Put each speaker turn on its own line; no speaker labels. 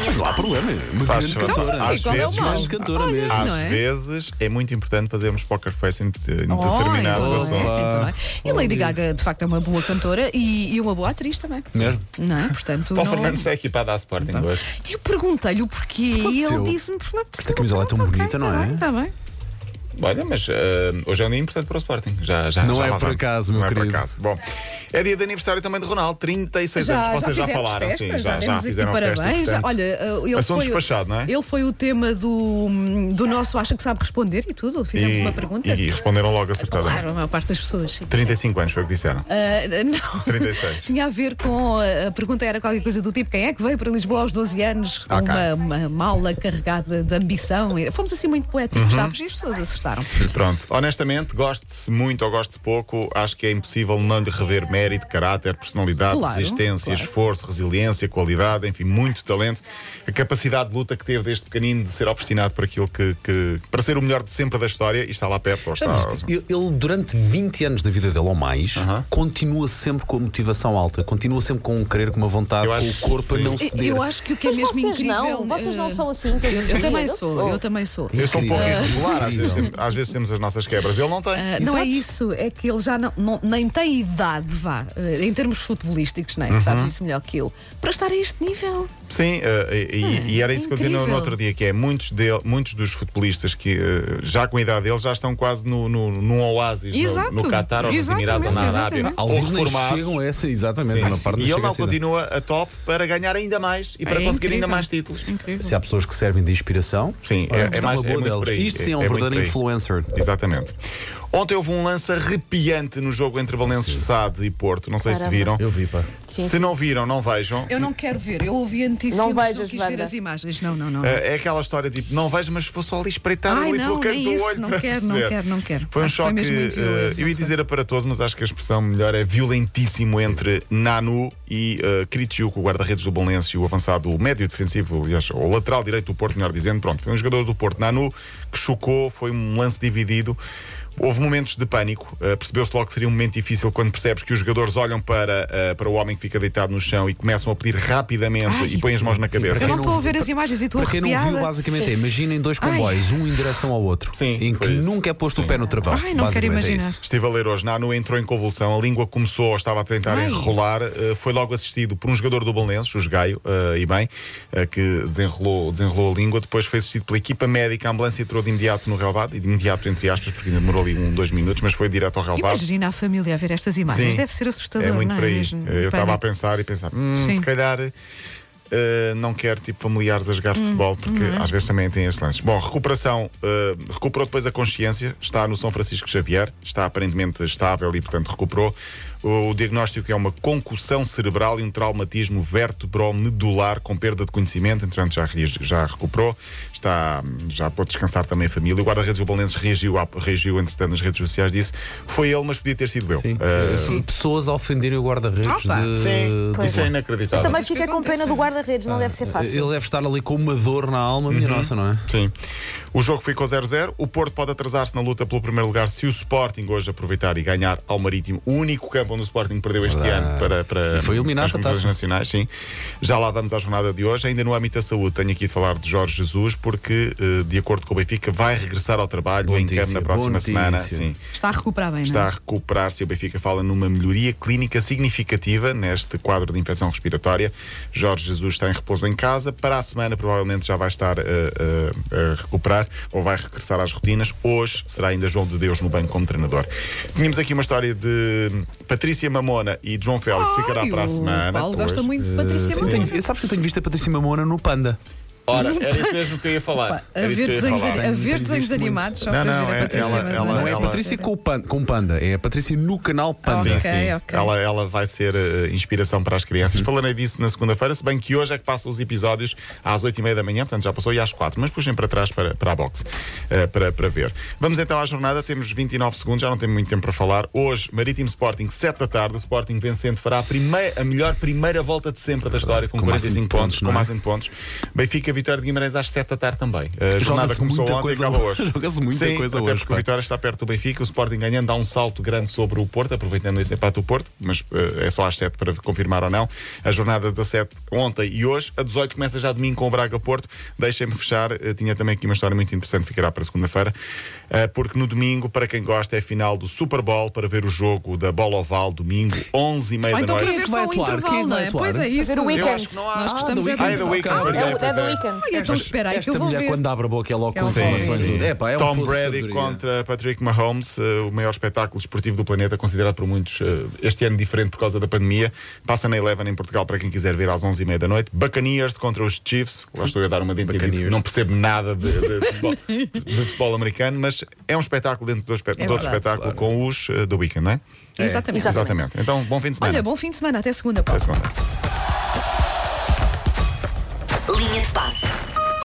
Mas não há problema. é Uma
Faz
grande
favor.
cantora.
Às
e qual é o
vezes- Ah,
mal?
Grande cantora
Olha,
mesmo.
Às
não é?
vezes é muito importante fazermos poker face em, de- em
Oh,
determinados
então bem,
assuntos.
então bem. E Lady Gaga, de facto, é uma boa cantora e, e uma boa atriz também.
Mesmo.
Não é? Portanto,
Paulo
não- Então.
Fernandes está equipado à Sporting hoje.
eu perguntei-lhe o porquê e ele
aconteceu?
disse-me porque não apeteceu.
Esta camisola é tão
Pronto, ok,
bonita, não
tá
é?
bem, Tá bem.
Olha, mas eh, hoje é um dia importante para o Sporting. Já, já,
Não
já
é
lá
por
vamos.
acaso, meu
Não É
querido.
por acaso. Bom, é dia de aniversário também de Ronaldo, 36
Já,
anos.
já
Vocês já,
fizemos
falaram,
festas,
sim.
já, demos aqui
fizeram
parabéns.
festas,
já-
portanto,
olha, uh, ele
assunto
foi, o-
despachado, não é?
Ele foi o tema do, do nosso Acha que Sabe Responder e tudo. Fizemos
E-
uma pergunta.
E responderam logo acertadamente.
Claro, a maior parte das pessoas. sim.
35 anos foi o que disseram.
Ah, não.
36.
Tinha a ver com. ah, A a pergunta era qualquer coisa do tipo: quem é que veio para Lisboa aos 12 anos com
Ok.
uma, uma mala carregada de ambição? E Fomos assim muito poéticos,
Uhum.
sabes? E as pessoas acertaram.
Pronto, honestamente, goste-se muito ou goste pouco, acho que é impossível não lhe rever mérito, caráter, personalidade,
Claro,
resistência,
claro.
esforço, resiliência, qualidade, enfim, muito talento. A capacidade de luta que teve desde pequenino de ser obstinado para aquilo que. que- para ser o melhor de sempre da história e está lá perto, ou está.
Mas isto, ele, ele, durante 20 anos da vida dele ou mais, continua sempre com a motivação alta, continua sempre com um querer, com uma vontade,
Eu
com
acho-
o corpo a
sim.
não
Eu-
ceder.
Eu acho que o que é
Mas
mesmo
vocês
incrível.
não, vocês não
eh,
são assim todos
Eu,
os
eu
dias,
também
eu
sou,
sou.
eu também sou.
Eu sou um pouco
Incrível.
irregular, às vezes,
Incrível.
às vezes temos as nossas quebras. Ele não tem.
Ah, não é isso, é que ele já não, não- nem tem idade, vá, eh, em termos futebolísticos, nem sabes
Uhum.
isso melhor que eu, para estar a este nível.
Sim, eh, e, e- e era isso que eu dizia no, no
Ah, incrível.
outro dia, que é muitos, dele, muitos dos futebolistas que eh, já com a idade deles já estão quase no, no, num oasis no-
Exato.
no, Qatar ou nos Emirados ou na
Exatamente,
Arábia.
exatamente.
Ou
Alguns nem
reformados.
chegam a essa, exatamente.
Sim.
a maior parte
E ele
chega assim, né? a
não
essa idade.
continua a top para ganhar ainda mais e para
É
conseguir ainda
incrível.
mais títulos.
Se há pessoas que servem de inspiração,
Sim, é-
olha,
é
está
mais-
uma
é
boa
muito por
delas.
aí,
Isto sim
é-
é um
é muito
verdadeiro
por aí.
influencer.
Exatamente. Ontem houve um lance arrepiante no jogo entre Valenços de Sade e Porto. Não sei se
Caramba.
viram.
Eu vi, pá.
Se não viram, não vejam.
Eu não quero ver, eu ouvi a notícia,
Não
mas não
vejas,
quis ver
Wanda.
as imagens. Não, não, não. não.
É é aquela história tipo, não vejo, mas vou só ali espreitar
Ai,
ali
não,
pelo canto
nem
do
isso,
olho.
não
para
quero, não
perceber.
quero, não quero.
Foi um
Acho que foi
choque.
mesmo muito
eh,
violento,
eu ia
não
dizer aparatoso, mas acho que a expressão melhor é violentíssimo entre Nanu e eh, Kritchuk, o guarda-redes do Bolense, e o avançado, o médio defensivo, aliás, o lateral direito do Porto, melhor dizendo. Pronto, foi um jogador do Porto, Nanu, que chocou, foi um lance dividido. Houve momentos de pânico, eh, percebeu-se logo que seria um momento difícil quando percebes que os jogadores olham para, eh, para o homem que fica deitado no chão e começam a pedir rapidamente
Ai,
e põem as mãos na
sim, para
cabeça.
quem
eu não
não
estou a
viu-
ver as imagens e estou
Para quem não
arrepiada.
viu, basicamente é: imaginem dois
Ai.
comboios, um em direção ao outro,
Sim,
em que
foi isso.
nunca é posto o pé no travão.
Ai, não
Basicamente é
quero imaginar.
isso.
Estive a ler hoje, Nanu entrou em convulsão, a língua começou, estava a tentar
Ai.
enrolar, eh, foi logo assistido por um jogador do Belenenses, o Gaio, e bem, eh, que desenrolou, desenrolou a língua, depois foi assistido pela equipa médica, a ambulância entrou de imediato no relvado, e de imediato entre aspas, porque ainda demorou ali um, dois minutos, mas foi direto ao relvado.
Imagina a família a ver estas imagens,
Sim.
deve ser assustador,
É muito
não é?
por aí.
mesmo?
Eu estava a
Pânico.
pensar e pensar, hum,
Sim.
se calhar. eh, não quero tipo familiares a jogar
Hum,
futebol porque
é?
às vezes também tem este lance. Bom, recuperação, eh, recuperou depois a consciência, está no São Francisco Xavier, está aparentemente estável e portanto recuperou. O, o diagnóstico é uma concussão cerebral e um traumatismo vertebromedular com perda de conhecimento, entretanto já, reagi- já recuperou, está, hum, já pôde descansar também a família. O guarda-redes do Balenses reagiu, à- reagiu entretanto nas redes sociais, disse foi ele, mas podia ter sido eu.
Sim.
Eh,
Eh, Pessoas a ofenderem o guarda-redes
Opa.
de.
Sim,
de-
isso é inacreditável.
Também
Isso que
fiquei com pena
acontece.
do guarda-redes, não deve ser
Ele
fácil.
deve estar ali com uma dor na alma, minha nossa, não é?
Sim. O jogo ficou 0-0. O Porto pode atrasar-se na luta pelo primeiro lugar se o Sporting hoje aproveitar e ganhar ao Marítimo, o único campo onde o Sporting perdeu este
Verdade.
ano para, para
E foi eliminado
as
da
competições
taça.
nacionais. Sim. Já lá vamos à jornada de hoje. Ainda no âmbito da saúde, tenho aqui de falar de Jorge Jesus, porque, eh, de acordo com o Benfica, vai regressar ao trabalho
Boa
em campo
notícia,
na próxima
boa
semana.
notícia.
Sim.
Está a recuperar bem,
Está
não
a
é?
recuperar-se. O Benfica fala numa melhoria clínica significativa neste quadro de infecção respiratória. Jorge Jesus está em repouso em casa. Para a semana, provavelmente já vai estar eh, eh, a recuperar ou vai regressar às rotinas. Hoje será ainda João de Deus no banco como treinador. Tínhamos aqui uma história de Patrícia Mamona e de João Félix. Ficará
Ai,
para a
o
semana.
Paulo gosta
hoje.
muito de Patrícia
Eu
Mamona.
tenho- eu- sabes que eu tenho visto a Patrícia Mamona no Panda.
Ora, era isso mesmo que eu ia
Pá,
falar.
A
Era É isso
ver
que eu ia
desenhos,
falar.
ani- a ver
Tenho
desenhos
visto muito.
animados, só
Não,
para
não,
ver
é- assim.
a Patrícia
ela-
Mamona.
ela-
Não é a
ela-
Patrícia com, o pan- com Panda, é a Patrícia no canal Panda.
Ok,
Sim, sim.
ok. Uhum.
Ela, ela vai ser eh, inspiração para as crianças. Falarei disso na segunda-feira, se bem que hoje é que passam os episódios às 8 e meia da manhã, portanto já passou e às 4, mas puxem para trás para, para a box eh, para, para ver. Vamos então à jornada, temos 29 segundos, já não temos muito tempo para falar. Hoje, Marítimo Sporting, 7 da tarde, o Sporting vencendo fará a, primeira, a melhor primeira volta de sempre da história, com
Com máximo de
45 pontos,
pontos, não
com
é?
máximo de pontos. Benfica Vitória de Guimarães às 7 da tarde também. A
Joga-se
jornada começou
muita
ontem
coisa
e acaba
hoje.
hoje.
Joga-se muita
Sim,
coisa
até
hoje,
porque
pá.
o Vitória está perto do Benfica, o Sporting ganhando, dá um salto grande sobre o Porto, aproveitando esse empate do Porto, mas eh, é só às 7 para confirmar ou não. A jornada 17 ontem e hoje, a 18 começa já domingo com o Braga Porto. Deixem-me fechar, eh, tinha também aqui uma história muito interessante, ficará para segunda-feira, eh, porque no domingo, para quem gosta, é a final do Super Bowl para ver o jogo da Bola Oval, domingo, 11h30 da
Ou então para
noite.
é
ver
que
só
vai
o
atuar? Quem é que
intervalo, não
vai
é?
atuar?
Pois é isso.
Fazer o
Eu
weekend.
acho que não há.
Nós gostamos
do
é de
weekend.
Ah, é do weekend,
Ah,
pois
é,
é,
o-
pois
é do
é.
weekend.
Ai, então
Esta-
espera aí que
esta
eu vou
mulher
ver.
quando abre a boca é logo
É
com
um
Sim,
informações.
sim.
É, pá, é um
Tom
poço de
Brady
sabedoria.
contra Patrick Mahomes, eh, o maior espetáculo desportivo do planeta, considerado por muitos eh, este ano diferente por causa da pandemia. Passa na Eleven em Portugal para quem quiser ver às 11h30 da noite. Buccaneers contra os Chiefs. Lá estou eu a dar uma dentro
Buccaneers.
Não percebo nada de, de futebol, de futebol americano, mas é um espetáculo dentro do, espe-
É
de outro
verdade,
espetáculo com os eh, do Weekend, não é?
Exatamente.
Exatamente.
Exatamente. Então, bom fim de semana.
Olha, bom fim de semana. Até segunda, Paulo.
Até segunda.
Linha de passe.